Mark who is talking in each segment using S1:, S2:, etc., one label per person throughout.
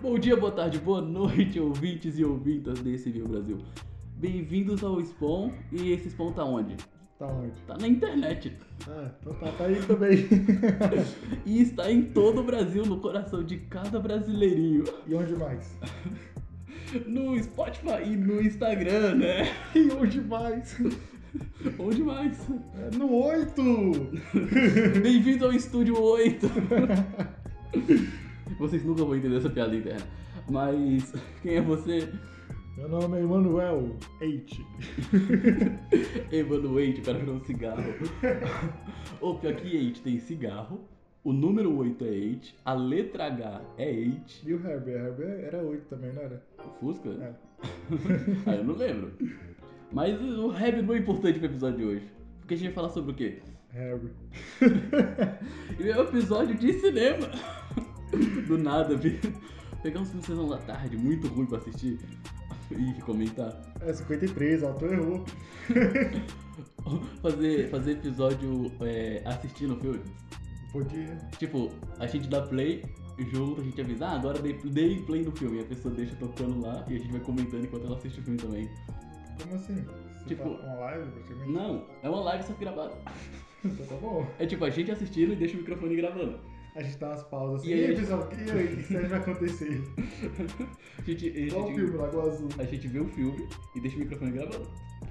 S1: Bom dia, boa tarde, boa noite, ouvintes e ouvintas desse Viu Brasil. Bem-vindos ao Spawn. E esse Spawn tá onde?
S2: Tá onde?
S1: Tá na internet.
S2: Ah, então tá, tá aí também.
S1: E está em todo o Brasil, no coração de cada brasileirinho.
S2: e onde mais?
S1: No Spotify e no Instagram, né?
S2: E onde mais?
S1: Onde mais?
S2: É no 8!
S1: Bem-vindo ao Estúdio 8. Vocês nunca vão entender essa piada interna. Mas quem é você?
S2: Meu nome é Emanuel Eite.
S1: Evaluate para virar um cigarro. Ou pior que 8 tem cigarro, o número 8 é 8, a letra H é 8.
S2: E o Herbie? Herbie era 8 também, não era?
S1: Fusca?
S2: É.
S1: ah, eu não lembro. Mas o rap não é importante pro episódio de hoje. Porque a gente vai falar sobre o quê?
S2: Herbie.
S1: E é um episódio de cinema. Do nada, vi. Pegar uns filmes de sessão da tarde, muito ruim pra assistir e comentar.
S2: É 53, autor errou.
S1: Fazer, fazer episódio é, assistindo o filme.
S2: Podia.
S1: Tipo, a gente dá play junto, a gente avisa, ah, agora dei, dei play no filme. E a pessoa deixa tocando lá e a gente vai comentando enquanto ela assiste o filme também.
S2: Como assim? Você
S1: Tipo-
S2: tá com live praticamente?
S1: Não, é uma live só que gravada.
S2: Então tá bom.
S1: É tipo, a gente assistindo e deixa o microfone gravando.
S2: A gente dá umas pausas
S1: E
S2: assim. E
S1: aí, a
S2: aí,
S1: gente-
S2: pessoal, o que e aí? O que vai acontecer?
S1: A gente, a
S2: Qual o
S1: gente,
S2: filme? Lagoa Azul.
S1: a gente vê o filme e deixa o microfone gravando.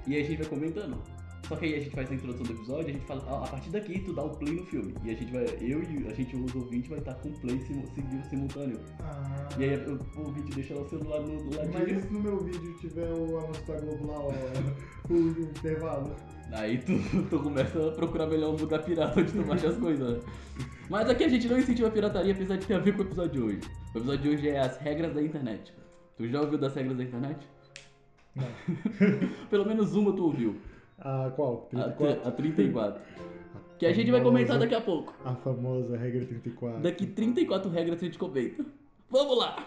S1: E aí a gente vai comentando. Só que aí a gente faz a introdução do episódio, a gente fala, "Ah, a partir daqui tu dá o play no filme. E a gente vai, eu e a gente, os ouvintes, vai estar com o play simu- seguido simultâneo.
S2: Ah.
S1: E aí o, o ouvinte deixa lá o celular no, do
S2: Mas
S1: ladinho.
S2: e se no meu vídeo tiver o anúncio da Globo lá, ó, o intervalo?
S1: Aí tu, tu começa a procurar melhor o lugar pirata onde tu baixa as coisas, né? Mas aqui a gente não incentiva a pirataria, apesar de ter a ver com o episódio de hoje. O episódio de hoje é as regras da internet. Tu já ouviu das regras da internet?
S2: Não.
S1: Pelo menos uma tu ouviu.
S2: Ah, qual?
S1: A,
S2: 34?
S1: a 34. Que a gente vai comentar daqui a pouco.
S2: A famosa regra 34.
S1: Daqui 34 regras a gente comenta. Vamos lá!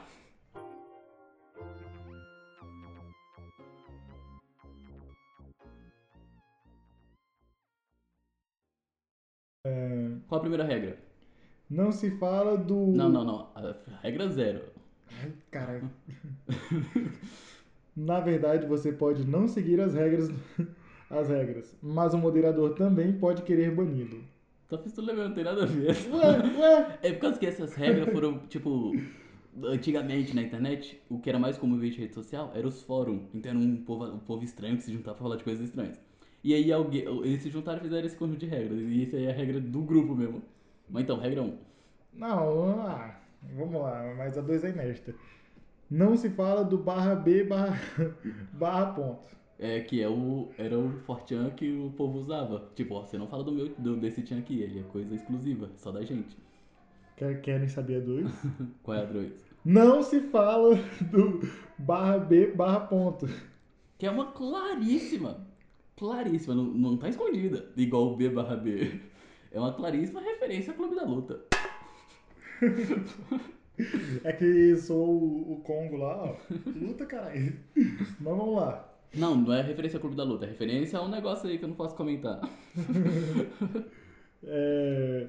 S1: Qual a primeira regra?
S2: Não se fala do.
S1: Não, não, não. A regra zero.
S2: Ai, caralho. Na verdade, você pode não seguir as regras. As regras. Mas o moderador também pode querer banido.
S1: Só fiz tu lembrar, não tem nada a ver.
S2: Ué, ué!
S1: É por causa que essas regras foram, tipo, antigamente na internet, o que era mais comum em rede social era os fóruns. Então era um povo, um povo estranho que se juntava pra falar de coisas estranhas. E aí alguém, eles se juntaram e fizeram esse conjunto de regras. E isso aí é a regra do grupo mesmo. Mas então, regra 1.
S2: Não, ah, vamos lá, mas a 2 é inédita. Não se fala do barra B barra, barra ponto.
S1: É que é o, era o Fortean que o povo usava. Tipo, ó, você não fala do meu do, desse Tchan aqui, ele é coisa exclusiva, só da gente.
S2: Quer- Querem saber a 2?
S1: Qual é a 2?
S2: Não se fala do barra B barra ponto.
S1: Que é uma claríssima. Claríssima, não, não tá escondida. Igual o B barra B. É uma claríssima referência ao Clube da Luta.
S2: É que sou o, o Congo lá, ó. Luta, caralho. Mas vamos lá.
S1: Não, não é referência ao Clube da Luta, é referência a um negócio aí que eu não posso comentar.
S2: É...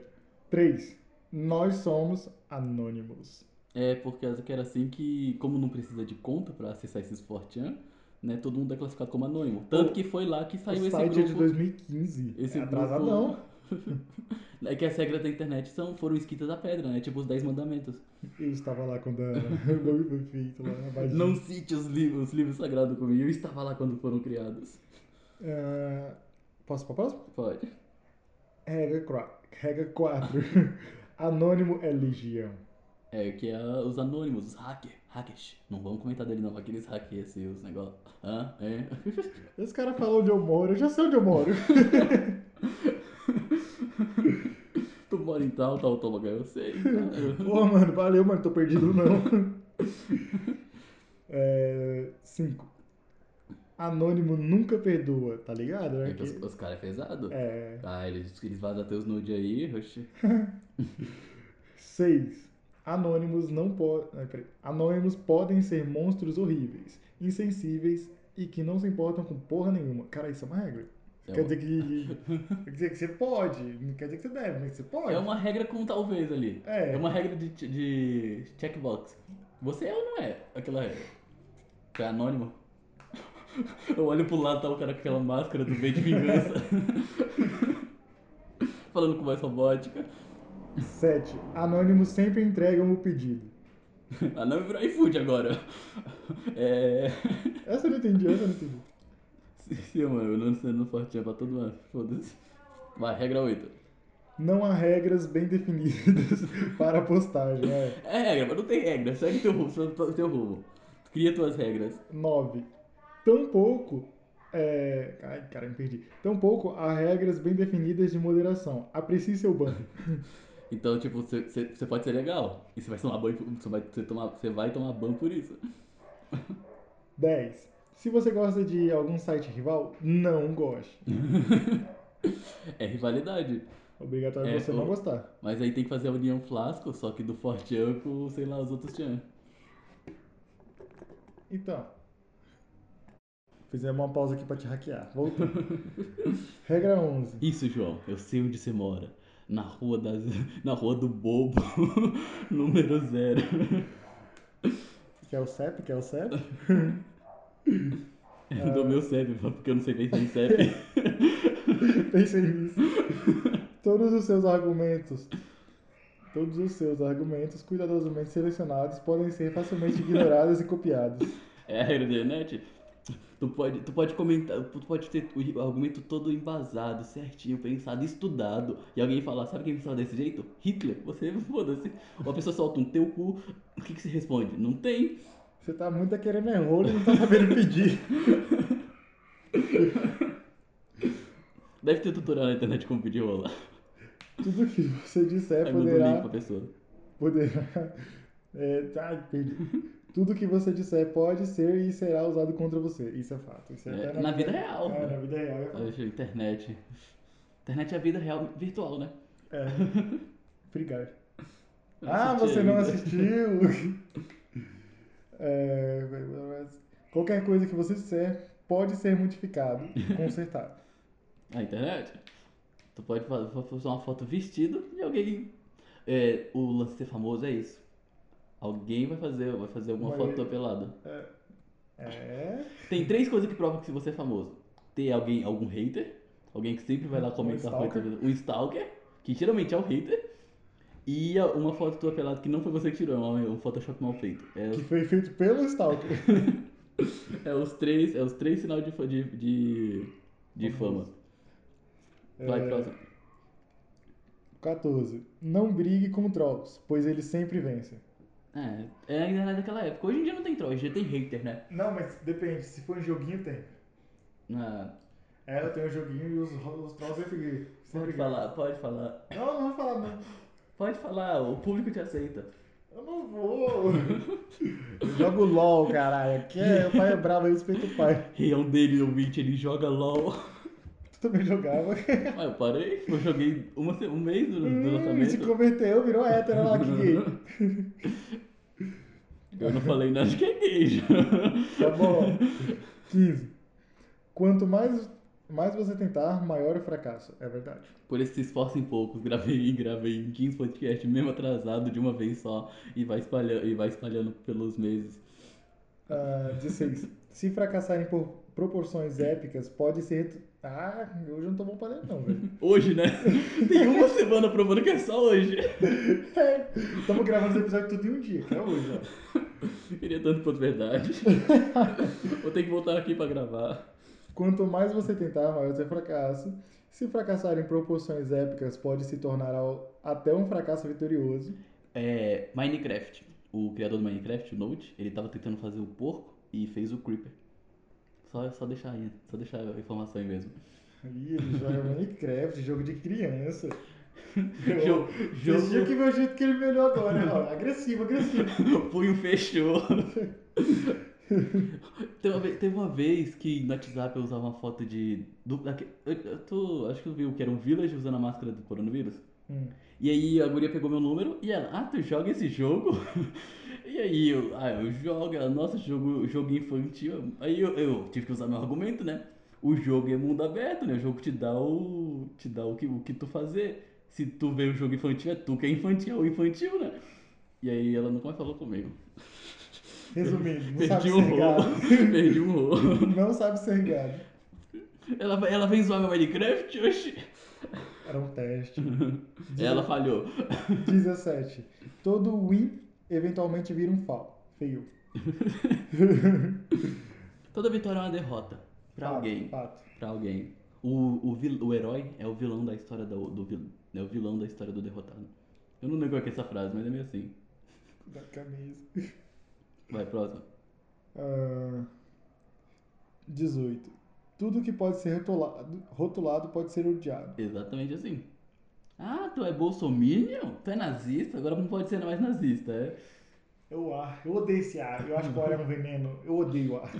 S2: Três. Nós somos anônimos.
S1: É porque essa que era assim que, como não precisa de conta pra acessar esses Fortean, né, todo mundo é classificado como anônimo. Tanto que foi lá que saiu
S2: o
S1: Tá esse
S2: site é de
S1: grupo.
S2: 2015.
S1: Esse
S2: é atrasadão.
S1: É que as regras da internet são, foram escritas da pedra, né? Tipo os 10 mandamentos.
S2: Eu estava lá quando a... o bagulho foi feito lá. mas-
S1: Não cite os livros, os livros sagrados comigo. Eu estava lá quando foram criados.
S2: É, Posso para próxima?
S1: Pode.
S2: Regra 4. Regra 4. Anônimo é legião.
S1: É que é os anônimos, os hackers. Hackers. Não vamos comentar dele não, aqueles hackers, assim, os negócios. Hã? É.
S2: Esse cara falou onde eu moro, eu já sei onde eu moro.
S1: Tu mora em tal, tal, tal lugar, eu sei. tá?
S2: Pô, mano, valeu, mano, tô perdido não. É, cinco. Anônimo nunca perdoa, tá ligado? né?
S1: É que os,
S2: Que-
S1: os caras é pesado.
S2: É,
S1: Ah, eles, eles vazam até os nude aí, oxi.
S2: seis. Anônimos não podem. Anônimos podem ser monstros horríveis, insensíveis e que não se importam com porra nenhuma. Cara, isso é uma regra.
S1: É
S2: quer
S1: uma,
S2: dizer que. quer dizer que você pode. Não quer dizer que você deve, mas que você pode.
S1: é uma regra com talvez ali.
S2: É.
S1: É uma regra de, de checkbox. Você é ou não é aquela regra? Você é anônimo? Eu olho pro lado, tá o cara com aquela máscara do bem de vingança. Falando com voz robótica.
S2: 7. Anônimos sempre entregam o pedido.
S1: Ah, não, virou iFood agora. É.
S2: Essa eu não entendi, essa eu não entendi.
S1: Sim, mano, eu não sendo no fortinho pra todo mundo. Foda-se. Vai, regra 8.
S2: Não há regras bem definidas para a postagem. É.
S1: É regra, mas não tem regra. Segue teu rumo, segue teu rumo. Cria tuas regras.
S2: 9. Tampouco. É... Ai, cara, me perdi. Tampouco há regras bem definidas de moderação. Aprecie seu banho.
S1: Então, tipo, você- você você pode ser legal. E você vai tomar banho. por- Você vai, você tomar, você vai tomar banho por isso.
S2: 10. Se você gosta de algum site rival, não goste.
S1: É rivalidade.
S2: Obrigatório
S1: É,
S2: você
S1: o-
S2: não gostar.
S1: Mas aí tem que fazer a união flasco, só que do Fortean com, sei lá, os outros Tian.
S2: Então. Fizemos uma pausa aqui pra te hackear. Voltando. Regra 11.
S1: Isso, João, eu sei onde você mora. Na rua das. Na rua do bobo, número zero.
S2: Quer é o CEP? Quer o CEP?
S1: Eu dou meu CEP, porque eu não sei bem sem CEP.
S2: Pensei nisso. Todos os seus argumentos. Todos os seus argumentos cuidadosamente selecionados podem ser facilmente ignorados e copiados.
S1: É a regra da internet? Tu pode, tu pode comentar, tu pode ter o argumento todo embasado, certinho, pensado, estudado, e alguém falar, sabe quem pensava desse jeito? Hitler, você foda-se. Ou a pessoa solta um teu cu, o que, que se responde? Não tem.
S2: Você tá muito querendo erro e não tá sabendo pedir.
S1: Deve ter tutorial na internet como pedir rola.
S2: Tudo que você disser
S1: Aí manda um link
S2: poderá
S1: pra pessoa.
S2: poderá. É, ai, perdi. Tudo que você disser pode ser e será usado contra você. Isso é fato. Isso é
S1: É,
S2: até
S1: na vida real.
S2: É,
S1: né?
S2: na vida real é fato.
S1: Hoje, internet. Internet é a vida real virtual, né?
S2: É. Obrigado.
S1: Eu não
S2: Ah,
S1: assisti
S2: você não
S1: ainda.
S2: assistiu! É, qualquer coisa que você disser pode ser modificado, consertado.
S1: Na internet? Tu pode fa- fa- fazer uma foto vestido e alguém. É, o lance de ser famoso é isso. Alguém vai fazer, vai fazer alguma
S2: Vai-
S1: foto tua pelada.
S2: É.
S1: Tem três coisas que provam que você é famoso. Ter alguém, algum hater, alguém que sempre vai lá comentar
S2: Um
S1: foto
S2: stalker.
S1: Um stalker, que geralmente é um hater. E a- uma foto tua pelada que não foi você que tirou, é uma- um Photoshop mal feito. É,
S2: Que
S1: os-
S2: foi feito pelo Stalker.
S1: é os três, é os três sinais de, fa- de, de, de fama. Vai,
S2: É.
S1: próximo.
S2: 14. Não brigue com trolls, pois eles sempre vencem.
S1: É, é a internet daquela época. Hoje em dia não tem troll, hoje em dia tem hater, né?
S2: Não, mas depende. Se for um joguinho, tem.
S1: Ah,
S2: É, eu tenho um joguinho e os, os trolls sempre,
S1: pode
S2: sempre
S1: falar, pode falar.
S2: ganham. Não, não vou falar, não.
S1: Pode falar, o público te aceita.
S2: Eu não vou. Eu jogo LOL, caralho. Aqui é, o pai é bravo, eu respeito o pai.
S1: Riam dele, ouvinte, ele joga LOL.
S2: Tu também jogava.
S1: Ah, eu parei, eu joguei uma, se- um mês do, do
S2: Hum, se
S1: lançamento.
S2: converteu, virou hétero lá, que gay.
S1: Eu não falei nada de que é gay. já.
S2: Tá bom. 15. Quanto mais, mais você tentar, maior o fracasso. É verdade.
S1: Por isso se esforcem poucos. Gravei, gravei em 15 podcasts, mesmo atrasado, de uma vez só. E vai espalhando, e vai espalhando pelos meses.
S2: Ah, 16. Se fracassarem por proporções épicas, pode ser. Ah, hoje eu não tô bom pra ler, não, velho.
S1: Hoje, né? Tem uma semana provando que é só hoje.
S2: Estamos gravando esse episódio tudo em um dia, que é hoje, ó.
S1: Queria tanto quanto verdade. Vou ter que voltar aqui pra gravar.
S2: Quanto mais você tentar, maior o seu fracasso. Se fracassar em proporções épicas, pode se tornar ao- até um fracasso vitorioso.
S1: É, Minecraft. O criador do Minecraft, o Note, ele tava tentando fazer o porco e fez o Creeper. Só, só deixar aí, só deixar a informação aí mesmo.
S2: Ih, ele joga Minecraft, jogo de criança.
S1: Jogo,
S2: Vocês tinham
S1: jogo
S2: que ver o jeito que ele me olhou agora, ó. Agressivo, agressivo.
S1: punho fechou. teve, uma vez, teve uma vez que no WhatsApp eu usava uma foto de. Do, daque- eu, eu tô, acho que eu vi o que era um village usando a máscara do coronavírus.
S2: Hum.
S1: E aí a guria pegou meu número e ela, ah, tu joga esse jogo? E aí eu, ah, eu jogo, ela, nossa, jogo, jogo infantil. Aí eu, eu tive que usar meu argumento, né? O jogo é mundo aberto, né? O jogo te dá o. te dá o que, o que tu fazer. Se tu vê o jogo infantil, é tu que é infantil, é o infantil, né? E aí ela nunca mais falou comigo.
S2: Resumindo, não sabe
S1: Perdi
S2: ser
S1: um rolo.
S2: gado.
S1: Perdi um rolo.
S2: Não sabe ser gado.
S1: Ela, ela vem zoar meu Minecraft, oxi.
S2: Era um teste.
S1: Ela falhou.
S2: 17. Todo win eventualmente vira um fall. Fail.
S1: Toda vitória é uma derrota. Pra
S2: Fato,
S1: alguém.
S2: Fato.
S1: Pra alguém. O, o, vil- o herói é o vilão da história do, do vil- é o vilão da história do derrotado. Eu não lembro qual que é essa frase, mas é meio assim.
S2: Da camisa.
S1: Vai, próximo.
S2: Ah, 18. Tudo que pode ser rotulado, rotulado pode ser odiado.
S1: Exatamente assim. Ah, tu é bolsominion? Tu é nazista? Agora não pode ser mais nazista, é?
S2: Eu ar, eu odeio esse ar. Eu acho que o ar é um veneno. Eu odeio o ar.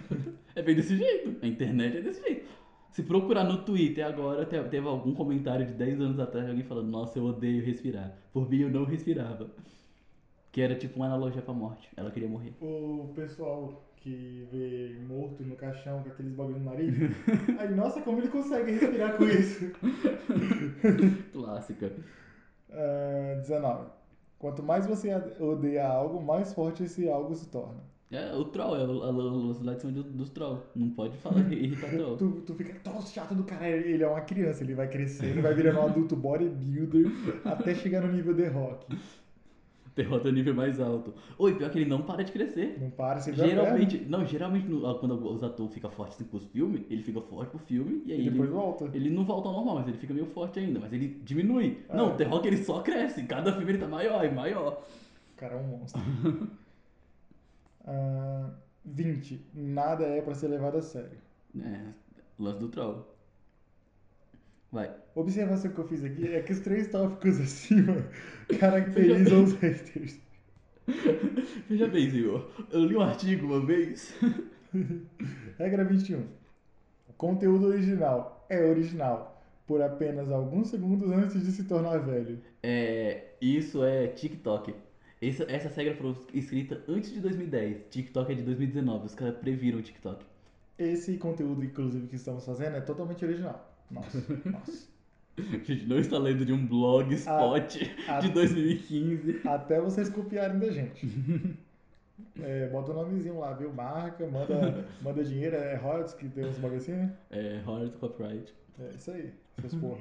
S1: É bem desse jeito. A internet é desse jeito. Se procurar no Twitter agora, te- teve algum comentário de 10 anos atrás de alguém falando, nossa, eu odeio respirar. Por mim eu não respirava. Que era tipo uma analogia pra morte. Ela queria morrer.
S2: O pessoal que vê morto no caixão com aqueles bagulho no nariz. Aí, nossa, como ele consegue respirar com isso?
S1: Clássica.
S2: Ah, 19. Quanto mais você odeia algo, mais forte esse algo se torna.
S1: É, o troll, é o- a velocidade de cima dos trolls. Não pode falar que irrita troll.
S2: Tu, tu fica todo chato do cara. Ele é uma criança, ele vai crescendo, vai virando um adulto bodybuilder até chegar no nível The Rock.
S1: Derrota o nível mais alto. Oi, pior que ele não para de crescer.
S2: Não para, você vê a perna,
S1: Geralmente, não, geralmente no- ah, quando os atores ficam fortes assim, pros filmes, ele fica forte pro filme e aí
S2: e
S1: é ele,
S2: depois volta.
S1: ele não volta ao normal, mas ele fica meio forte ainda, mas ele diminui.
S2: É.
S1: Não, o The Rock ele só cresce, cada filme ele tá maior e maior.
S2: O cara é um monstro. Ah, 20. Nada é pra ser levado a sério.
S1: É, lance do troll. Vai.
S2: Observação que eu fiz aqui é que os três tópicos acima caracterizam os haters.
S1: Veja bem, senhor, eu li um artigo uma vez.
S2: Regra 21. O conteúdo original é original por apenas alguns segundos antes de se tornar velho.
S1: É, isso é TikTok. Essa, essa regra foi escrita antes de 2010. TikTok é de 2019. Os caras previram o TikTok.
S2: Esse conteúdo, inclusive, que estamos fazendo é totalmente original. Nossa, nossa.
S1: A gente não está lendo de um blog spot
S2: ah.
S1: de 2015.
S2: Até vocês copiarem da gente. É, bota o nomezinho lá, viu? Marca, manda, manda dinheiro, é Hortz que tem uns bagulho assim, né?
S1: É, Hard Copyright.
S2: É isso aí, seus porra.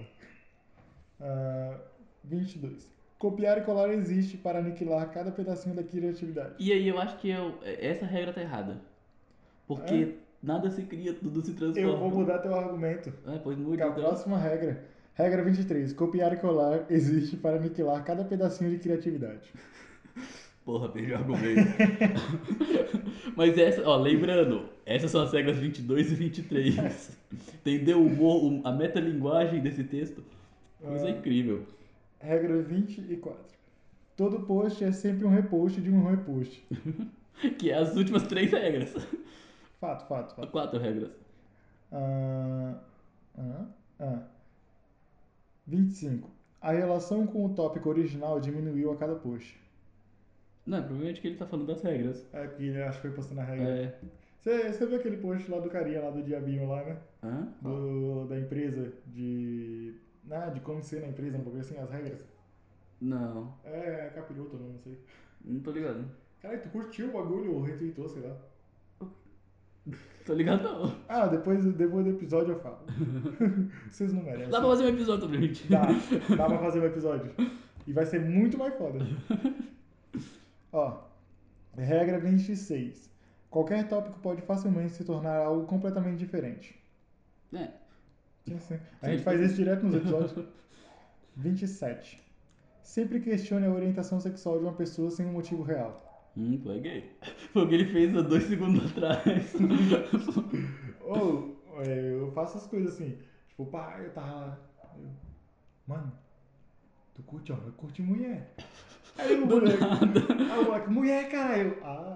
S2: Ah, 22. Copiar e colar existe para aniquilar cada pedacinho da criatividade.
S1: E aí eu acho que eu, essa regra tá errada. Porque nada se cria, tudo se transforma.
S2: É? Eu vou mudar teu argumento.
S1: É, pois mude
S2: A
S1: então.
S2: próxima regra. Regra 23. Copiar e colar existe para aniquilar cada pedacinho de criatividade.
S1: Porra, perdi o argumento. Mas essa, ó, lembrando, essas são as regras 22 e 23. Entendeu o humor, o- a metalinguagem desse texto? Coisa incrível.
S2: Regra 24. Todo post é sempre um repost de um repost.
S1: Que é as últimas três regras.
S2: Fato, fato, fato.
S1: Quatro regras.
S2: Ah, ah, ah. 25. A relação com o tópico original diminuiu a cada post.
S1: Não, provavelmente que ele tá falando das regras.
S2: É porque ele acho que foi postando a regra.
S1: É.
S2: Você você viu aquele post lá do carinha lá do diabinho lá, né?
S1: Hã?
S2: Do, da empresa de. Ah, de como ser na empresa, um pouquinho assim, as regras.
S1: Não.
S2: É, capiroto, não sei.
S1: Não tô ligado.
S2: Caralho, tu curtiu o bagulho ou retweetou, sei lá.
S1: Tô ligado não.
S2: Ah, depois, depois do episódio eu falo. Vocês não merecem.
S1: Dá pra fazer um episódio sobre gente.
S2: É assim. Dá, dá pra fazer um episódio. E vai ser muito mais foda. Ó, regra 26. Qualquer tópico pode facilmente se tornar algo completamente diferente.
S1: É.
S2: Sim, sim. Tá A gente faz isso direto nos episódios. 27. Sempre questione a orientação sexual de uma pessoa sem um motivo real.
S1: Hum, tu é gay. Foi o que ele fez há dois segundos atrás.
S2: Ou é, eu faço as coisas assim, tipo, pá, eu tava lá. eu, Mano, tu curte homem, eu curte mulher. Aí o moleque, aí o moleque, mulher, caralho. Ah, ah,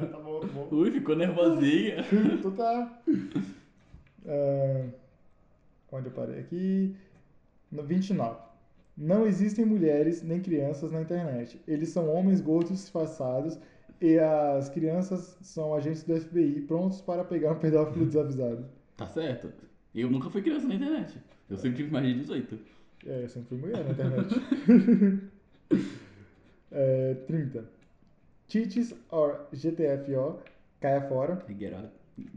S2: ah, tá bom, tá bom.
S1: Ui, ficou nervosinha.
S2: tu tá. Ah, onde eu parei? Aqui. No 29. Não existem mulheres nem crianças na internet. Eles são homens gordos disfarçados e as crianças são agentes do FBI prontos para pegar um pedófilo desavisado.
S1: Tá certo. Eu nunca fui criança na internet. Eu sempre tive mais de 18.
S2: É, eu sempre fui mulher na internet. é, 30. Cheats or GTFO, caia fora,
S1: É Get out.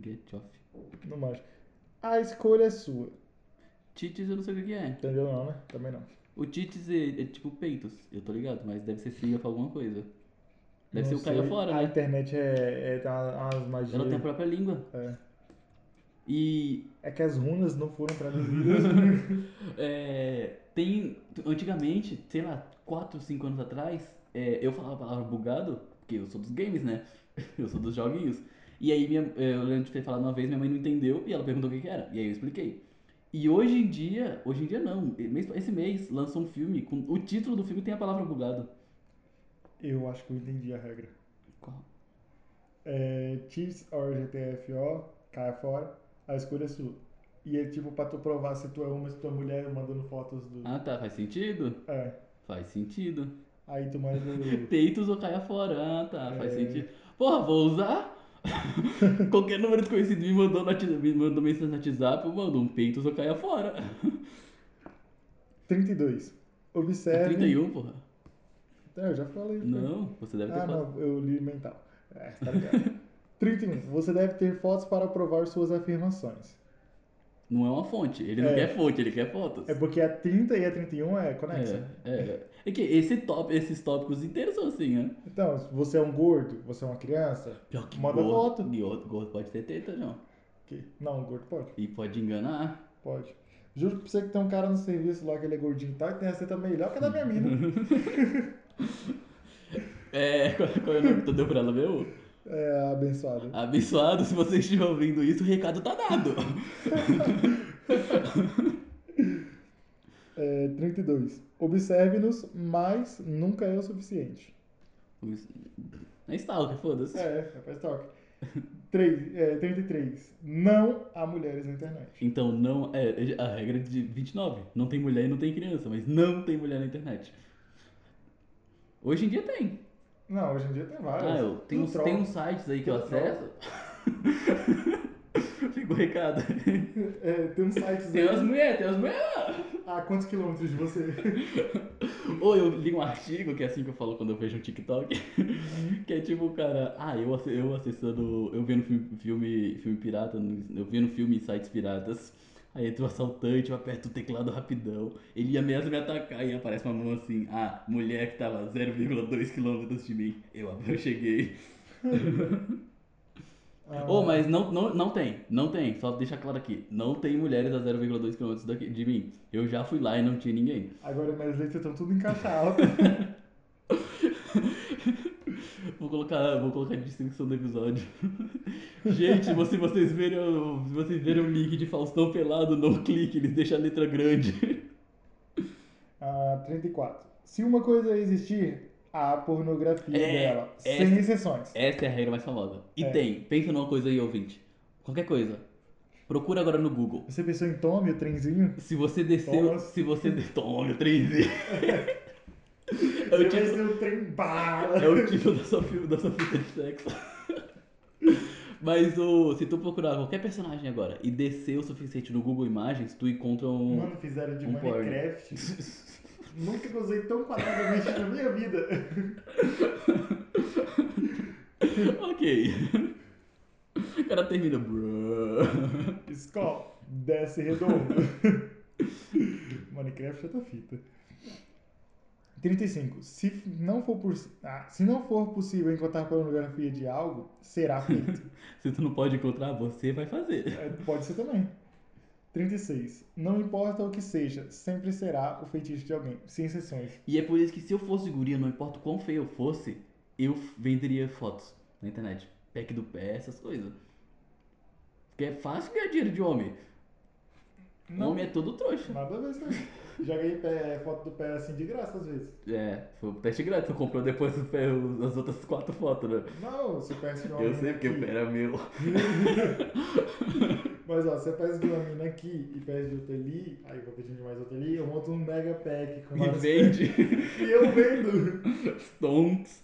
S1: Get off.
S2: não manjo. A escolha é sua.
S1: Tites eu não sei o que que é.
S2: Entendeu não, né? Também não.
S1: O Tites é, é tipo peitos, eu tô ligado, mas deve ser sigla pra alguma coisa. Deve
S2: Não
S1: ser o caia
S2: sei.
S1: fora,
S2: A
S1: né?
S2: internet é, é tem umas umas magias.
S1: Ela tem a própria língua.
S2: É.
S1: E
S2: É que as runas não foram traduzidas.
S1: É, tem. Antigamente, sei lá, 4, 5 anos atrás, é, eu falava a palavra bugado, porque eu sou dos games, né? Eu sou dos joguinhos. E aí minha, é, eu lembro de ter falado uma vez, minha mãe não entendeu e ela perguntou o que, que era. E aí eu expliquei. E hoje em dia, hoje em dia não, mês- esse mês lançou um filme, com, o título do filme tem a palavra bugado.
S2: eu acho que eu entendi a regra.
S1: Qual?
S2: É, Chiefs or GTFO, caia fora, a escolha é sua. E é tipo pra tu provar se tu é uma, se tu é mulher, mandando fotos do.
S1: Ah tá, faz sentido?
S2: É.
S1: Faz sentido.
S2: Aí tu manda. o-
S1: Peitos ou caia fora, ah tá, faz
S2: É.
S1: sentido. Porra, vou usar? Qualquer número desconhecido me mandou, no, WhatsApp- me mandou mensagem no WhatsApp, eu mando um peitos ou caia fora.
S2: 32.
S1: É
S2: Observe.
S1: 31, porra.
S2: É, eu já falei.
S1: um. Não, você deve ter
S2: né? Ah,
S1: falado.
S2: não, eu li mental. É, tá ligado. 31. Você deve ter fotos para provar suas afirmações.
S1: Não é uma fonte, ele não
S2: É.
S1: quer fonte, ele quer fotos.
S2: É porque a 30 e a 31 é conexa.
S1: É, é. É que esse top, esses tópicos inteiros são assim, né?
S2: Então, se você é um gordo, você é uma criança?
S1: Pior que
S2: Manda
S1: gordo,
S2: foto.
S1: Gordo, gordo pode ter teta, não.
S2: Que... Não, um gordo pode.
S1: E pode enganar.
S2: Pode. Juro pra você que tem um cara no serviço lá que ele é gordinho e tal, e tem a seta melhor que a da minha mina.
S1: É, qual, qual é o nome que tu deu pra ela mesmo?
S2: É, abençoada.
S1: Abençoado, se você estiver ouvindo isso, o recado tá dado.
S2: É, 32. Observe-nos, mas nunca é o suficiente.
S1: É stalker, foda-se.
S2: É, é pra estoque. Três- é, 33. Não há mulheres na internet.
S1: Então, não. É, a regra de 29. Não tem mulher e não tem criança, mas não tem mulher na internet. Hoje em dia tem.
S2: Não, hoje em dia tem várias.
S1: Ah, eu, tem,
S2: Tudo
S1: uns,
S2: troll.
S1: tem uns sites aí que eu
S2: Tudo troll.
S1: acesso. Fica o recado.
S2: É, tem uns sites
S1: Tem
S2: aí.
S1: umas mulheres, tem umas mulheres.
S2: A quantos quilômetros de você?
S1: Ou eu li um artigo, que é assim que eu falo quando eu vejo um TikTok. Que é tipo, cara, ah, eu, ace- eu acessando. Eu vendo filme, filme, filme pirata, no- eu vendo filme em sites piratas. Aí entra o assaltante, eu aperto o teclado rapidão. Ele ia mesmo me atacar e aparece uma mão assim, ah, mulher que tava 0,2 km de mim. Eu, eu cheguei.
S2: Ah,
S1: Ô, mas não, não, não tem, não tem, só deixar claro aqui, não tem mulheres a 0,2 km daqui de mim. Eu já fui lá e não tinha ninguém.
S2: Agora minhas letras estão tudo em caixa alta.
S1: Vou colocar, vou colocar a descrição do episódio. Gente, se vocês verem, o- se vocês verem o link de Faustão pelado, não clique, eles deixam a letra grande.
S2: Ah, 34. Se uma coisa existir, há pornografia
S1: É,
S2: dela.
S1: é.
S2: Sem exceções.
S1: Essa é a regra mais famosa. E
S2: É.
S1: tem, pensa numa coisa aí, ouvinte. Qualquer coisa. Procura agora no Google.
S2: Você pensou em Tommy, o trenzinho?
S1: Se você desceu,
S2: Thomas.
S1: se você de... Tome o trenzinho. É o título-
S2: Eu pensei o trem bala.
S1: É o título da sua, fi- da sua fita de sexo. Mas o, se tu procurar qualquer personagem agora e descer o suficiente no Google Imagens, tu encontra um.
S2: Mano, fizeram de
S1: Um
S2: Minecraft. Nunca gozei tão quadradamente na minha vida.
S1: ok. O cara termina. "Bruh."
S2: Skull, desce redondo. Minecraft é outra fita. 35. Se f- não for, por, ah, se não for possível encontrar pornografia de algo, será feito.
S1: Se tu não pode encontrar, você vai fazer.
S2: É, Pode ser também. 36. Não importa o que seja, sempre será o feitiço de alguém, sem exceções.
S1: E é por isso que se eu fosse guria, não importa o quão feio eu fosse, eu venderia fotos na internet. Pack do pé, essas coisas. Porque é fácil ganhar dinheiro de homem.
S2: Não,
S1: Homem é todo trouxa.
S2: nada a ver isso aí. Já ganhei pé- foto do pé assim de graça às vezes.
S1: É, foi um teste grátis, tu comprou depois os pé- os- as outras quatro fotos, né?
S2: Não, se eu peço de uma
S1: Eu
S2: mina
S1: sei porque
S2: aqui-
S1: o pé era meu.
S2: Mas ó, se eu peço de uma mina aqui e peço de outra ali, aí eu vou pedindo de mais outra ali, eu monto um mega pack com
S1: E
S2: vários
S1: vende
S2: packs. E eu vendo.
S1: stonks.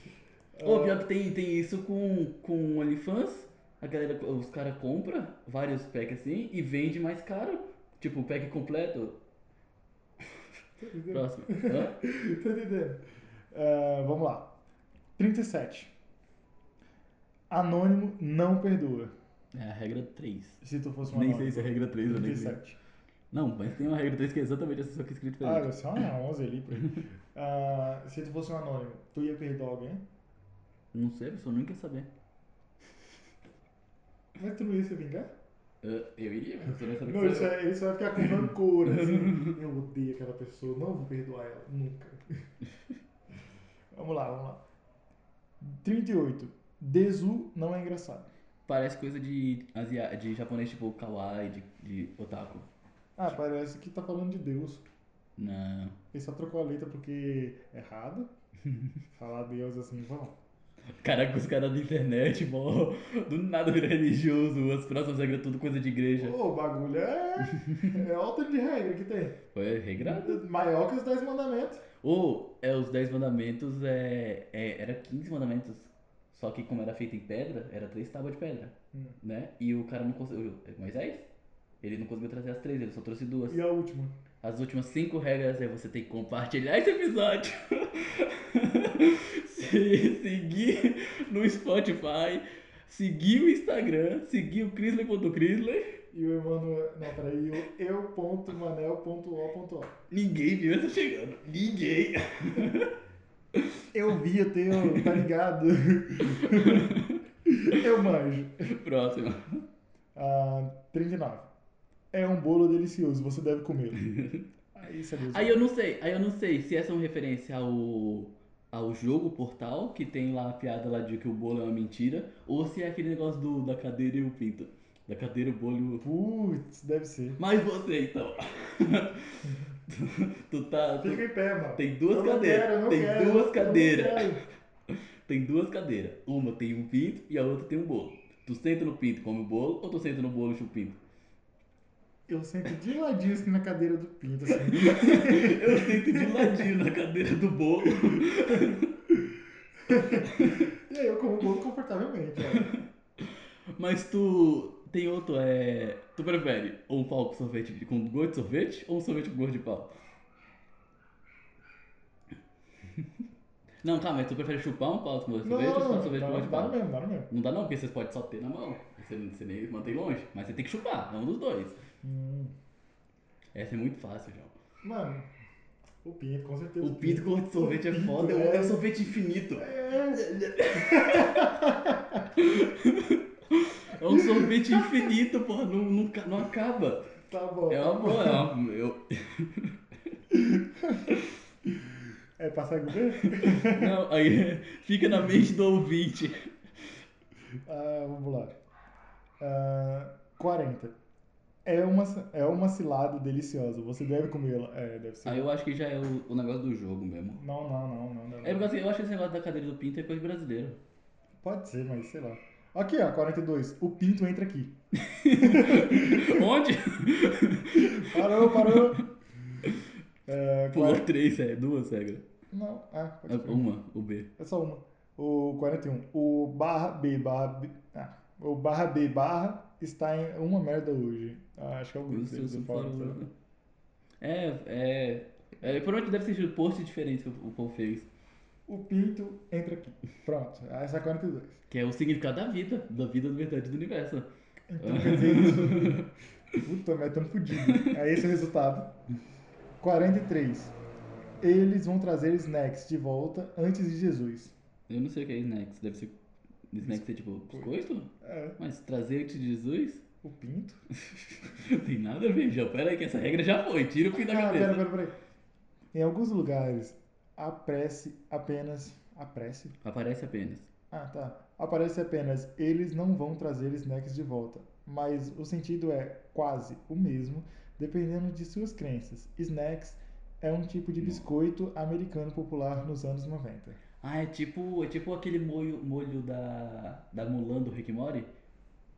S1: Ô,
S2: Ah.
S1: pior que tem, tem isso com, com OnlyFans. A galera, os caras compram vários packs assim e vende mais caro. Tipo, o pack completo.
S2: Tá entendendo?
S1: Próximo. Hã?
S2: Tá entendendo? Ah, vamos lá. 37. Anônimo não perdoa.
S1: É a regra 3.
S2: Se tu fosse um
S1: Nem
S2: anônimo.
S1: sei se é a regra 3 ou nem sei.
S2: 37.
S1: Não, mas tem uma regra 3 que é exatamente essa só que é escrito
S2: Ah,
S1: diferente.
S2: era só uma 11 ali. Por aí. Ah, se tu fosse um anônimo, tu ia perdoar alguém?
S1: Não sei, a pessoa nem quer saber.
S2: Mas tu não ia se vingar?
S1: Ah, eu iria, mas a pessoa nem sabe
S2: Não,
S1: que
S2: isso,
S1: sou eu.
S2: é, isso vai ficar com rancor, assim. Eu odeio aquela pessoa, não vou perdoar ela, nunca. Vamos lá, vamos lá. 38. Desu não é engraçado.
S1: Parece coisa de, asia... de japonês tipo kawaii, de, de otaku.
S2: Ah, parece que tá falando de Deus.
S1: Não.
S2: Ele só trocou a letra porque é errado. Falar Deus assim, vamos.
S1: Caraca, os caras da internet, mó. Do nada vira religioso, as próximas regras tudo coisa de igreja.
S2: Ô, o bagulho é. É alta de regra que tem.
S1: Foi regrado.
S2: Maior que os 10 mandamentos.
S1: Ou é os 10 mandamentos, é, é- era 15 mandamentos. Só que como era feito em pedra, era três tábuas de pedra,
S2: Hum.
S1: né? E o cara não conseguiu. é Moisés? Ele não conseguiu trazer as três, ele só trouxe duas.
S2: E a última?
S1: As últimas cinco regras é você tem que compartilhar esse episódio. Se- seguir no Spotify, seguir o Instagram, seguir o Crisley.crisley.
S2: E o Emmanuel. Não, peraí, o eu.manel.o.o.
S1: Ninguém viu essa chegando. Ninguém.
S2: Eu vi o teu, tá ligado? Eu manjo.
S1: Próximo.
S2: Ah, 39. É um bolo delicioso, você deve comer. Aí isso é Deus.
S1: Aí eu não sei, aí eu não sei se essa é uma referência ao, ao jogo Portal, que tem lá a piada lá de que o bolo é uma mentira, ou se é aquele negócio do, da cadeira e o pinto. Da cadeira, o bolo e o...
S2: Putz, deve ser.
S1: Mas você, então. tu, tu tá... tu-
S2: Fica em pé, mano.
S1: tem duas
S2: Eu não
S1: cadeiras.
S2: quero, eu não
S1: tem
S2: quero, eu
S1: duas
S2: não
S1: cadeiras.
S2: quero.
S1: Tem duas cadeiras. Uma tem um pinto e a outra tem um bolo. Tu senta no pinto e come o bolo, ou tu senta no bolo e chupa o pinto?
S2: Eu sento de ladinho assim na cadeira do Pinto, assim.
S1: Eu sento de ladinho na cadeira do bolo.
S2: E aí eu como bolo confortavelmente, ó.
S1: Mas tu tem outro, é. Tu prefere um pau com sorvete de- com gosto de sorvete ou um sorvete com gosto de pau? Não, calma, mas tu prefere chupar um pau com gosto de
S2: Não,
S1: sorvete ou
S2: não,
S1: chupar um
S2: não,
S1: sorvete com
S2: não,
S1: gosto
S2: não
S1: de
S2: dá no
S1: pau?
S2: mesmo, dá no mesmo.
S1: Não dá não, porque vocês podem só ter na mão. Você, você nem mantém longe. Mas você tem que chupar, é um dos dois.
S2: Hum.
S1: Essa é muito fácil, João.
S2: Mano, o Pinto, com certeza.
S1: O pinto com gosto de sorvete é foda, é um, é um sorvete infinito. É um sorvete infinito, porra, não, não, ca- não acaba.
S2: Tá bom.
S1: É uma boa, é uma, eu,
S2: É passar governo?
S1: Não, aí fica na mente do ouvinte.
S2: Ah, vamos lá. Ah, 40. É uma, é uma cilada deliciosa. Você deve comê-la. É, deve ser.
S1: Aí eu acho que já é o, o negócio do jogo mesmo.
S2: Não, não, não, não, não.
S1: É porque assim, eu acho que esse negócio da cadeira do pinto é coisa brasileira.
S2: Pode ser, mas sei lá. Aqui, ó, 42. O pinto entra aqui.
S1: Onde?
S2: Parou, parou. É,
S1: Pulou
S2: 40...
S1: três, é, duas regras.
S2: Não, ah,
S1: É,
S2: pode ser.
S1: Uma, o B.
S2: É só uma. O 41. O barra B, barra B. Ah, o barra B, barra está em uma merda hoje. Ah, acho que né? é o grupo
S1: Os seus
S2: deles, eu falo, tá. sei lá.
S1: falaram. né? É, é. É, provavelmente deve ser post diferente que o o povo fez.
S2: O pinto entra aqui. Pronto, essa é a 42.
S1: Que é o significado da vida, da vida, da verdade do universo.
S2: Então quer dizer isso. Puta, mas tamo fudido. É esse o resultado. 43. Eles vão trazer snacks de volta antes de Jesus.
S1: Eu não sei o que é snacks, deve ser. Snacks é tipo biscoito?
S2: É,
S1: Mas trazer antes de Jesus?
S2: o pinto?
S1: Não tem nada a ver, João. Pera aí, que essa regra já foi. Tira o pinto da
S2: Ah,
S1: cabeça.
S2: pera, pera, pera. Em alguns lugares, a prece apenas. A prece?
S1: Aparece apenas.
S2: Ah, tá. Aparece apenas eles não vão trazer snacks de volta, mas o sentido é quase o mesmo, dependendo de suas crenças. Snacks é um tipo de biscoito americano popular nos anos 90.
S1: Ah, é tipo, é tipo aquele molho, molho da, da Mulan do Rick Mori.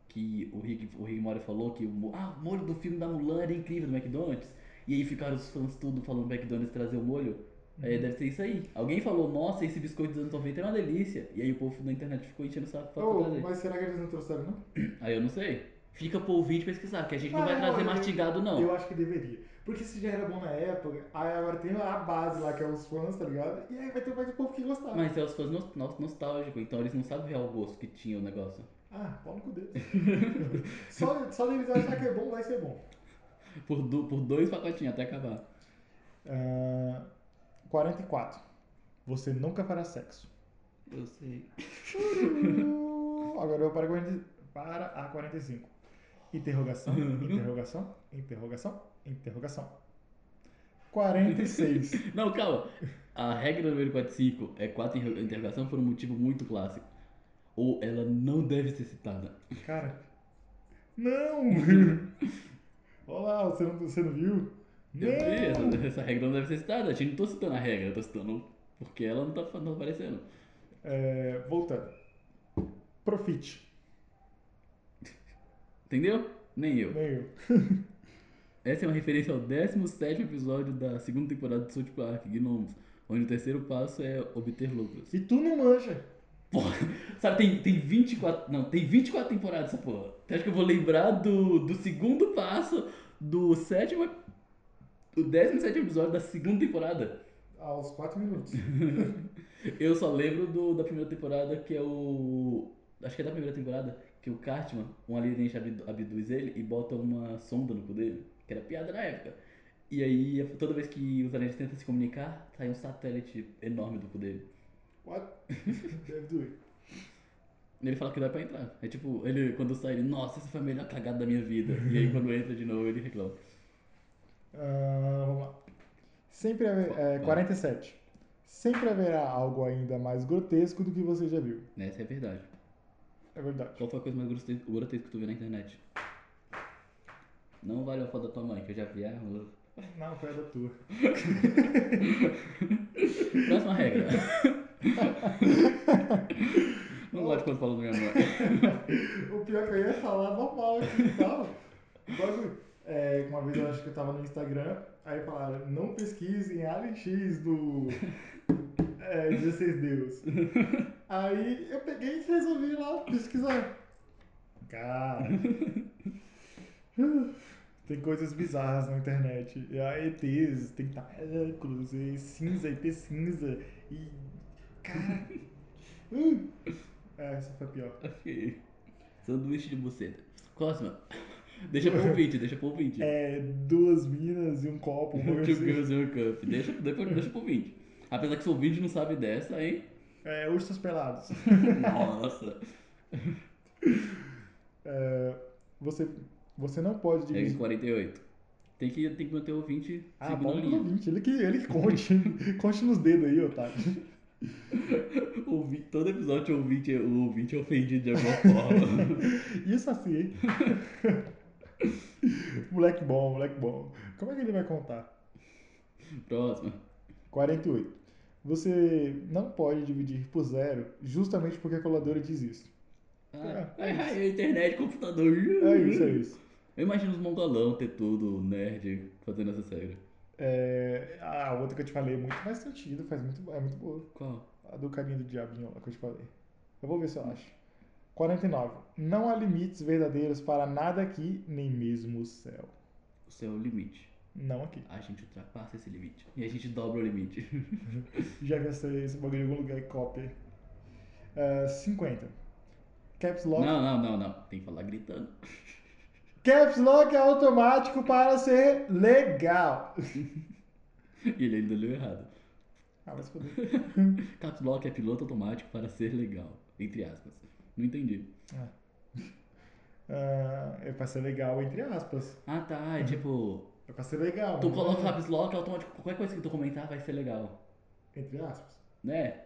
S1: Que o Rick, o Rick Mori falou que o, mo- ah, o molho do filme da Mulan era incrível do McDonald's. E aí ficaram os fãs tudo falando do McDonald's trazer o molho. É,
S2: Uhum.
S1: deve ser isso aí. Alguém falou, nossa, esse biscoito dos anos 90 é uma delícia. E aí o povo na internet ficou enchendo o saco pra
S2: Oh,
S1: trazer.
S2: mas será que eles não trouxeram, não?
S1: Aí eu não sei. Fica pro ouvinte pesquisar, que a gente não
S2: Ah,
S1: vai
S2: não,
S1: trazer
S2: eu-
S1: mastigado, não.
S2: Eu acho que deveria. Porque se já era bom na época, aí agora tem a base lá, que é os fãs, tá ligado? E aí vai ter mais um povo que gostar.
S1: Mas é os fãs nos- nos- nostálgicos, então eles não sabem real gosto que tinha o negócio.
S2: Ah, pau no cu deles. só, só deles achar que é bom, vai ser bom.
S1: Por, do- por dois pacotinhos até acabar.
S2: Ah, 44. Você nunca fará sexo.
S1: Eu sei.
S2: Agora eu para, 40, para a 45. Interrogação,
S1: Uhum.
S2: interrogação, interrogação, interrogação. 46.
S1: Não, calma. A regra número 45 é quatro interro- interrogação por um motivo muito clássico. Ou ela não deve ser citada.
S2: Cara. Não! Olá, você não, você não viu?
S1: Eu vi,
S2: Não!
S1: essa, essa regra não deve ser citada. A gente não tô citando a regra, eu tô citando porque ela não tá fa- não aparecendo.
S2: É, voltando. Profite.
S1: Entendeu? Nem eu.
S2: Meio.
S1: Essa é uma referência ao 17 episódio da segunda temporada do South Park, Gnomos, onde o terceiro passo é obter lucros.
S2: E tu não manja.
S1: Porra, sabe, tem, tem 24. Não, tem 24 temporadas essa porra. Você acha que eu vou lembrar do, do segundo passo do sétimo. ep- Do 17 episódio da segunda temporada?
S2: Aos 4 minutos.
S1: Eu só lembro do, da primeira temporada que é o. Acho que é da primeira temporada, que o Cartman, um alienígena abdu- abduz ele e bota uma sonda no cu dele, que era piada na época. E aí, toda vez que os alienígenas tentam se comunicar, sai um satélite enorme do cu dele.
S2: What? Deve doer.
S1: Ele fala que dá pra entrar. É tipo, ele quando sai, ele, nossa, essa foi a melhor cagada da minha vida. E aí quando entra de novo, ele reclama.
S2: Ah, vamos lá. Sempre haver, é, 47. Sempre haverá algo ainda mais grotesco do que você já viu.
S1: Essa é a verdade.
S2: É verdade.
S1: Qual foi a coisa mais grote- grotesca que tu viu na internet? Não vale a foto da tua mãe, que eu já vi. Ah, eu-
S2: Não, foi a da tua.
S1: Próxima regra. Não gosto quando falam da minha mãe.
S2: O pior que eu ia falar normal aqui e tal. O bagulho. É, uma vez eu acho que eu tava no Instagram, aí falaram, não pesquisem Alien X do é, 16 Deus. Aí eu peguei e resolvi ir lá pesquisar. Cara. Tem coisas bizarras na internet. E há ETs, tentáculos, e cinza, ET cinza. E. Cara. hum. É, essa foi a pior.
S1: Ok. Sanduíche de buceta. Próxima. Deixa pro ouvinte, deixa pro ouvinte.
S2: É, duas minas e um copo. um
S1: Two
S2: bagulho assim.
S1: Girls One Cup. Deixa, depois deixa pro ouvinte. Apesar que se o ouvinte não sabe dessa, hein?
S2: É, ursos pelados.
S1: Nossa.
S2: É, você, você não pode
S1: É
S2: dividir.
S1: 48. Tem que, tem que manter o ouvinte
S2: Ah,
S1: seguindo a
S2: bom pro
S1: linha.
S2: ouvinte. Ele que, ele que conte. conte nos dedos aí, Otávio.
S1: Ouvi- todo episódio o ouvinte, é- o ouvinte é ofendido de alguma forma.
S2: Isso assim, hein? moleque bom, moleque bom. Como é que ele vai contar?
S1: Próximo.
S2: 48. Você não pode dividir por zero justamente porque a coladora diz isso.
S1: Ah,
S2: É, é
S1: ai, ai, internet, computador.
S2: É isso, é isso.
S1: Eu imagino os mongolão ter tudo, nerd, fazendo essa série.
S2: É, a outra que eu te falei é muito mais sentido, faz muito, é muito boa.
S1: Qual?
S2: A do caminho do diabinho lá que eu te falei. Eu vou ver se eu acho. 49. Não há limites verdadeiros para nada aqui, nem mesmo o céu.
S1: O seu limite.
S2: Não aqui.
S1: A gente ultrapassa esse limite. E a gente dobra o limite.
S2: Já vi essa- esse bagulho em algum lugar, cópia. Ah, 50. Caps Lock.
S1: Não, não, não, não. Tem que falar gritando.
S2: Caps Lock é automático para ser legal.
S1: E ele ainda leu errado.
S2: Ah, mas foder.
S1: Caps Lock é piloto automático para ser legal. Entre aspas. Não entendi.
S2: Ah, é para ser legal, entre aspas.
S1: Ah tá, é tipo.
S2: É para ser legal.
S1: Tu
S2: não é-
S1: coloca o Caps Lock automático. Qualquer coisa que tu comentar vai ser legal.
S2: Entre aspas.
S1: né?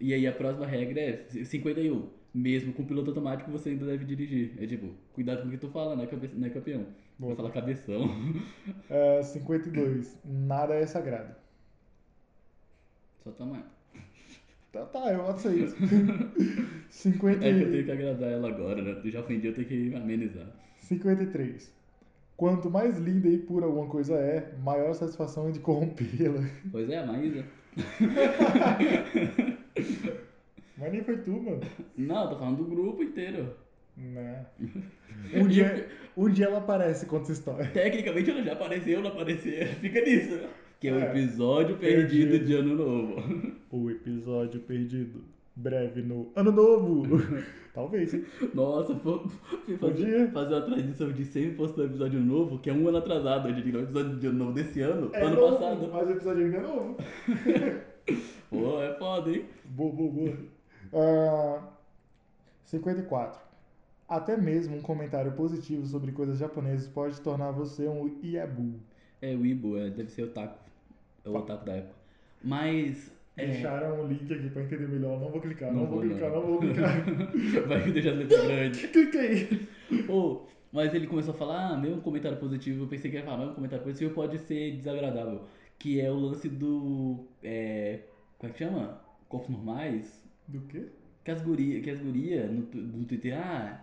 S1: E aí a próxima regra é 51. Mesmo com piloto automático, você ainda deve dirigir. É tipo, cuidado com o que tu fala, né, cabe- né campeão?
S2: Boa.
S1: Vou falar cabeção.
S2: Ah, 52. Nada é sagrado.
S1: Só tamanho.
S2: Tá, tá, eu boto isso aí. 50
S1: É
S2: e-
S1: que eu tenho que agradar ela agora, né? Tu já ofendi, eu tenho que amenizar.
S2: 53. Quanto mais linda e pura alguma coisa é, maior a satisfação é de corrompê-la.
S1: Pois é, Maísa.
S2: Mas nem foi tu, mano.
S1: Não, eu tô falando do grupo inteiro.
S2: Né?
S1: E
S2: Um dia,
S1: eu-
S2: Onde ela aparece conta essa história.
S1: Tecnicamente ela já apareceu, não apareceu, fica nisso. né? Que é o
S2: É.
S1: episódio perdido,
S2: Perdido.
S1: de Ano Novo.
S2: O episódio perdido. Breve no Ano Novo. Talvez, hein?
S1: Nossa, pô, fazer,
S2: Podia.
S1: fazer uma tradição de sempre postar um episódio novo, que é um ano atrasado. A gente tem um episódio de Ano Novo desse ano,
S2: É
S1: ano
S2: novo,
S1: passado.
S2: Mas o episódio ainda é novo.
S1: Pô, é foda, hein?
S2: Boa, boa, boa. Ah, 54. Até mesmo um comentário positivo sobre coisas japonesas pode tornar você um iabu.
S1: É o Ibo, é, deve ser o Otaku. É o Otaku da época. Mas. É,
S2: Deixaram o link aqui pra entender melhor. Não vou clicar,
S1: Não
S2: não, vou,
S1: vou,
S2: clicar,
S1: não.
S2: não vou clicar.
S1: vai deixar as letras grandes.
S2: Cliquei.
S1: Ou, mas ele começou a falar, ah, mesmo comentário positivo, eu pensei que ele ia falar, mesmo comentário positivo pode ser desagradável. Que é o lance do. É, como é que chama? Corpos normais.
S2: Do quê?
S1: Que as gurias que as guria no, tu- no Twitter, ah,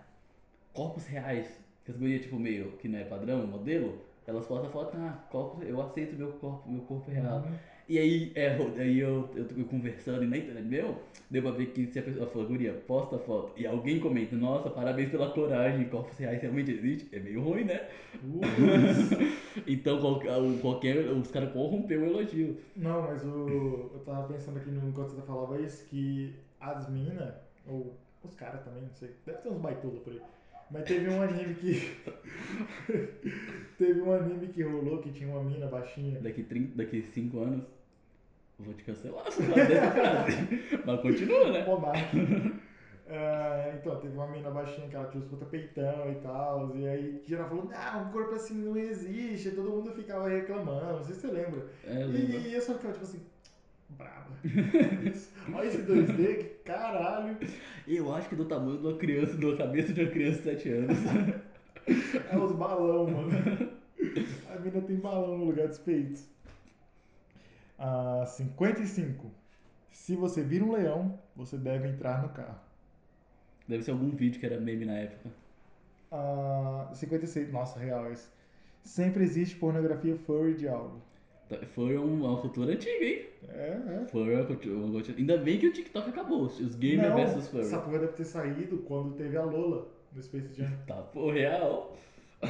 S1: corpos reais. Que as gurias, tipo, meio que não é padrão, modelo, elas postam a foto, ah, corpos, eu aceito meu corpo, meu corpo real.
S2: Uhum.
S1: E aí, é, ro- aí eu, eu tô conversando e na internet, meu, deu pra ver que se a pessoa falou, guria, posta a foto, e alguém comenta, nossa, parabéns pela coragem, corpos reais realmente existe, é meio ruim, né?
S2: Uh,
S1: Então qualquer, o- qualquer os caras corrompeu o elogio.
S2: não, mas o, eu tava pensando aqui no enquanto você falava isso, que as minas, ou os caras também, não sei, deve ter uns baitola por aí. Mas teve um anime que. teve um anime que rolou que tinha uma mina baixinha.
S1: Daqui 30, daqui 5 anos, eu vou te cancelar por causa dessa frase. Mas continua, né?
S2: Monark. É, então, teve uma menina baixinha que ela tinha os puta peitão e tal, e aí geral falou, não, um corpo assim não existe, e todo mundo ficava reclamando, não sei se você lembra.
S1: É, eu lembro.
S2: E, eu só ficava tipo assim, braba. Isso. Olha esse 2D, que caralho.
S1: Eu acho que do tamanho de uma criança, da cabeça de uma criança de 7 anos.
S2: É os balão, mano. A mina tem balão no lugar dos peitos. Ah, 55. Se você vira um leão, você deve entrar no carro.
S1: Deve ser algum vídeo que era meme na época.
S2: Ah, 56. Nossa, real esse. Sempre existe pornografia furry de algo.
S1: Tá, Foi um, uma cultura antiga, hein?
S2: É, é.
S1: Furry é uma cultura- uma cultura- Ainda bem que o TikTok acabou. Os gamer
S2: Não,
S1: é versus furry.
S2: Essa porra deve ter saído quando teve a Lola no Space Jam.
S1: Tá, pô, real.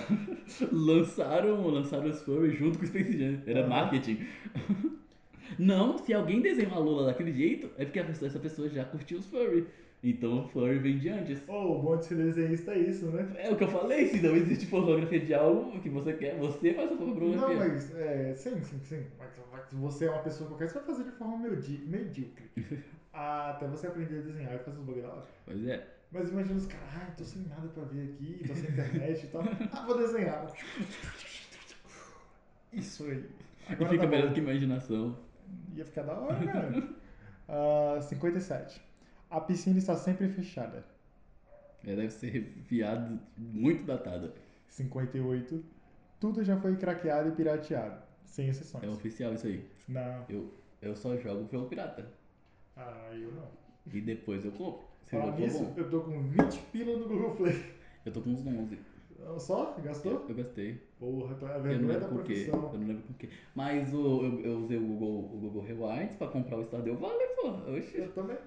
S1: lançaram, lançaram os furry junto com o Space Jam. Era
S2: Aham.
S1: marketing. Não, se alguém desenhou a Lula daquele jeito, é porque a pessoa- essa pessoa já curtiu os furry. Então o furry vem de antes.
S2: Oh, o bom de ser desenhista é isso, né?
S1: É o que eu falei, se não existe pornografia de algo que você quer, você faz a sua própria
S2: Não,
S1: pornografia.
S2: mas é, sim, sim, sim. Mas mas você é uma pessoa qualquer, você vai fazer de forma meudi- medíocre. Ah, até você aprender a desenhar e fazer os bagulho da hora.
S1: Pois é.
S2: Mas imagina os caras, ah, tô sem nada pra ver aqui, tô sem internet e tal. Ah, vou desenhar. Isso aí.
S1: E
S2: Agora
S1: fica
S2: tá bom.
S1: melhor do que imaginação.
S2: Ia ficar da hora, cara. Ah, 57. A piscina está sempre fechada.
S1: É, deve ser viado muito datada.
S2: 58. Tudo já foi craqueado e pirateado. Sem exceções.
S1: É oficial isso aí.
S2: Não.
S1: Eu só jogo pelo pirata.
S2: Ah, eu não.
S1: E depois eu compro. Se eu
S2: Falar
S1: for
S2: nisso,
S1: bom.
S2: eu tô com 20 pila no Google Play.
S1: Eu tô com uns 11.
S2: Não, Só? Gastou?
S1: Eu, eu gastei.
S2: Porra, tá a
S1: Eu não
S2: vergonha da
S1: lembro por quê.
S2: profissão.
S1: Eu não lembro por quê. Mas o, eu, eu usei o Google, o Google Rewards pra comprar o Stardew Valley, pô. Oxi.
S2: Eu também.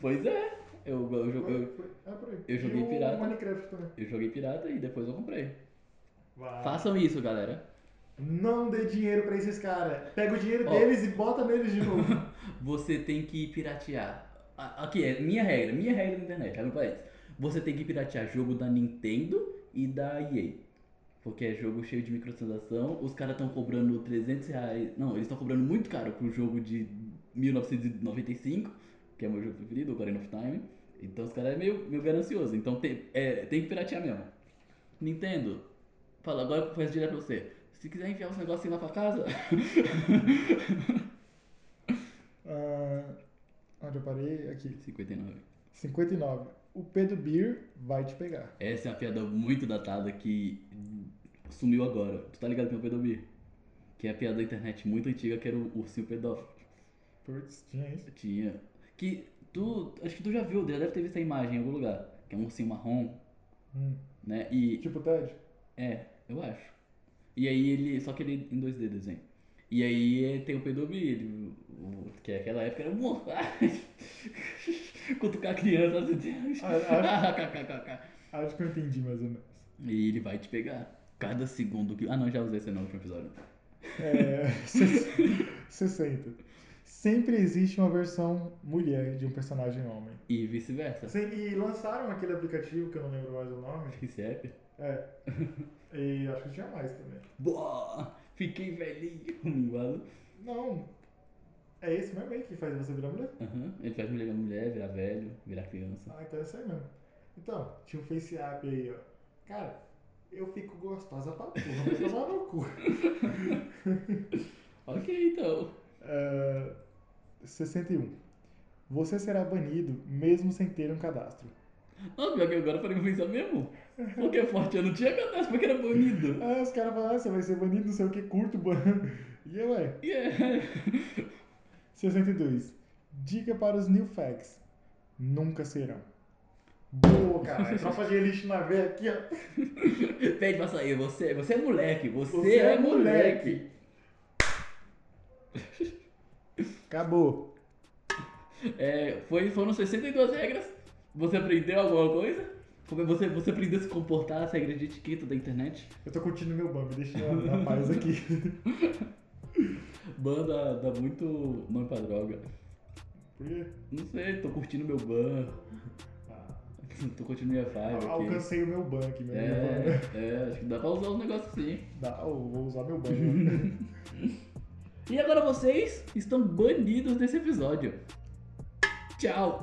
S1: Pois é. Eu, eu, joguei- eu,
S2: Foi- foi- É por aí.
S1: eu joguei
S2: e o
S1: pirata.
S2: Minecraft também.
S1: eu joguei pirata e depois eu comprei.
S2: Vai.
S1: Façam isso, galera.
S2: Não dê dinheiro pra esses caras. Pega o dinheiro
S1: Ó.
S2: deles e bota neles de novo.
S1: Você tem que piratear. A- Aqui é minha regra, minha regra na internet, abre parênteses. Você tem que piratear jogo da Nintendo e da EA. Porque é jogo cheio de microtransação, os caras estão cobrando 300 reais. Não, eles estão cobrando muito caro pro jogo de 1995, que é meu jogo preferido, Ocarina of Time. Então os caras é meio, meio ganancioso. Então tem, é, tem que piratear mesmo. Nintendo, fala, agora eu faço direto pra você. Se quiser enviar os negocinhos na sua casa,
S2: Ah, onde eu parei? Aqui.
S1: 59.
S2: 59. O Pedro Beer vai te pegar.
S1: Essa é uma piada muito datada que sumiu agora. Tu tá ligado que é o Pedomir? Que é a piada da internet muito antiga que era o ursinho pedófilo.
S2: Putz, tinha isso.
S1: Tinha. Que tu. Acho que tu já viu, já deve ter visto a imagem em algum lugar. Que é um ursinho marrom,
S2: Hum.
S1: né? E.
S2: Tipo Ted?
S1: É, eu acho. E aí ele. Só que ele em 2D desenho. E aí é, tem o Pedomir, ele- o- que naquela época era um monstro. Cutucar criança assim.
S2: Ah, é,
S1: KKKK.
S2: Acho que eu entendi mais ou menos.
S1: E ele vai te pegar. Cada segundo que. Ah, não, já usei esse no último episódio.
S2: É, 60. Sempre existe uma versão mulher de um personagem homem.
S1: E vice-versa.
S2: Sim, e lançaram aquele aplicativo que eu não lembro mais o nome.
S1: Esse app.
S2: É. E acho que tinha mais também.
S1: Boa! Fiquei velhinho, um minguado.
S2: Não. É esse mesmo aí que faz você virar mulher?
S1: Aham. Ele faz mulher virar mulher, virar velho, virar criança.
S2: Ah, então é isso aí mesmo. Então, tinha um face app aí, ó. Cara, eu fico gostosa pra porra, mas tomar no cu.
S1: Ok, então.
S2: Ah, 61. Você será banido mesmo sem ter um cadastro.
S1: Não, pior que agora eu falei pra pensar mesmo. Porque forte eu não tinha cadastro, porque era banido.
S2: Ah, os caras falam, ah, você vai ser banido, não sei o que, curto ban. E eu, ué.
S1: E é.
S2: 62. Dica para os new facts. Nunca serão. Boa, cara. É Tropa de elite na veia aqui, ó.
S1: Pede pra sair, você, você é moleque, você,
S2: Você é
S1: é moleque.
S2: Acabou.
S1: É, foi, foram 62 regras. Você aprendeu alguma coisa? Como Você, você aprendeu a se comportar as regras de etiqueta da internet?
S2: Eu tô curtindo meu bump, deixa eu na paz aqui.
S1: Banda dá muito nome pra droga.
S2: Por quê?
S1: Não sei, tô curtindo meu ban,
S2: Ah,
S1: tô curtindo minha vibe aqui.
S2: alcancei o meu ban aqui, meu ban.
S1: É, é, acho que dá pra usar os negócios sim.
S2: Dá, eu vou usar meu ban.
S1: E agora vocês estão banidos desse episódio. Tchau!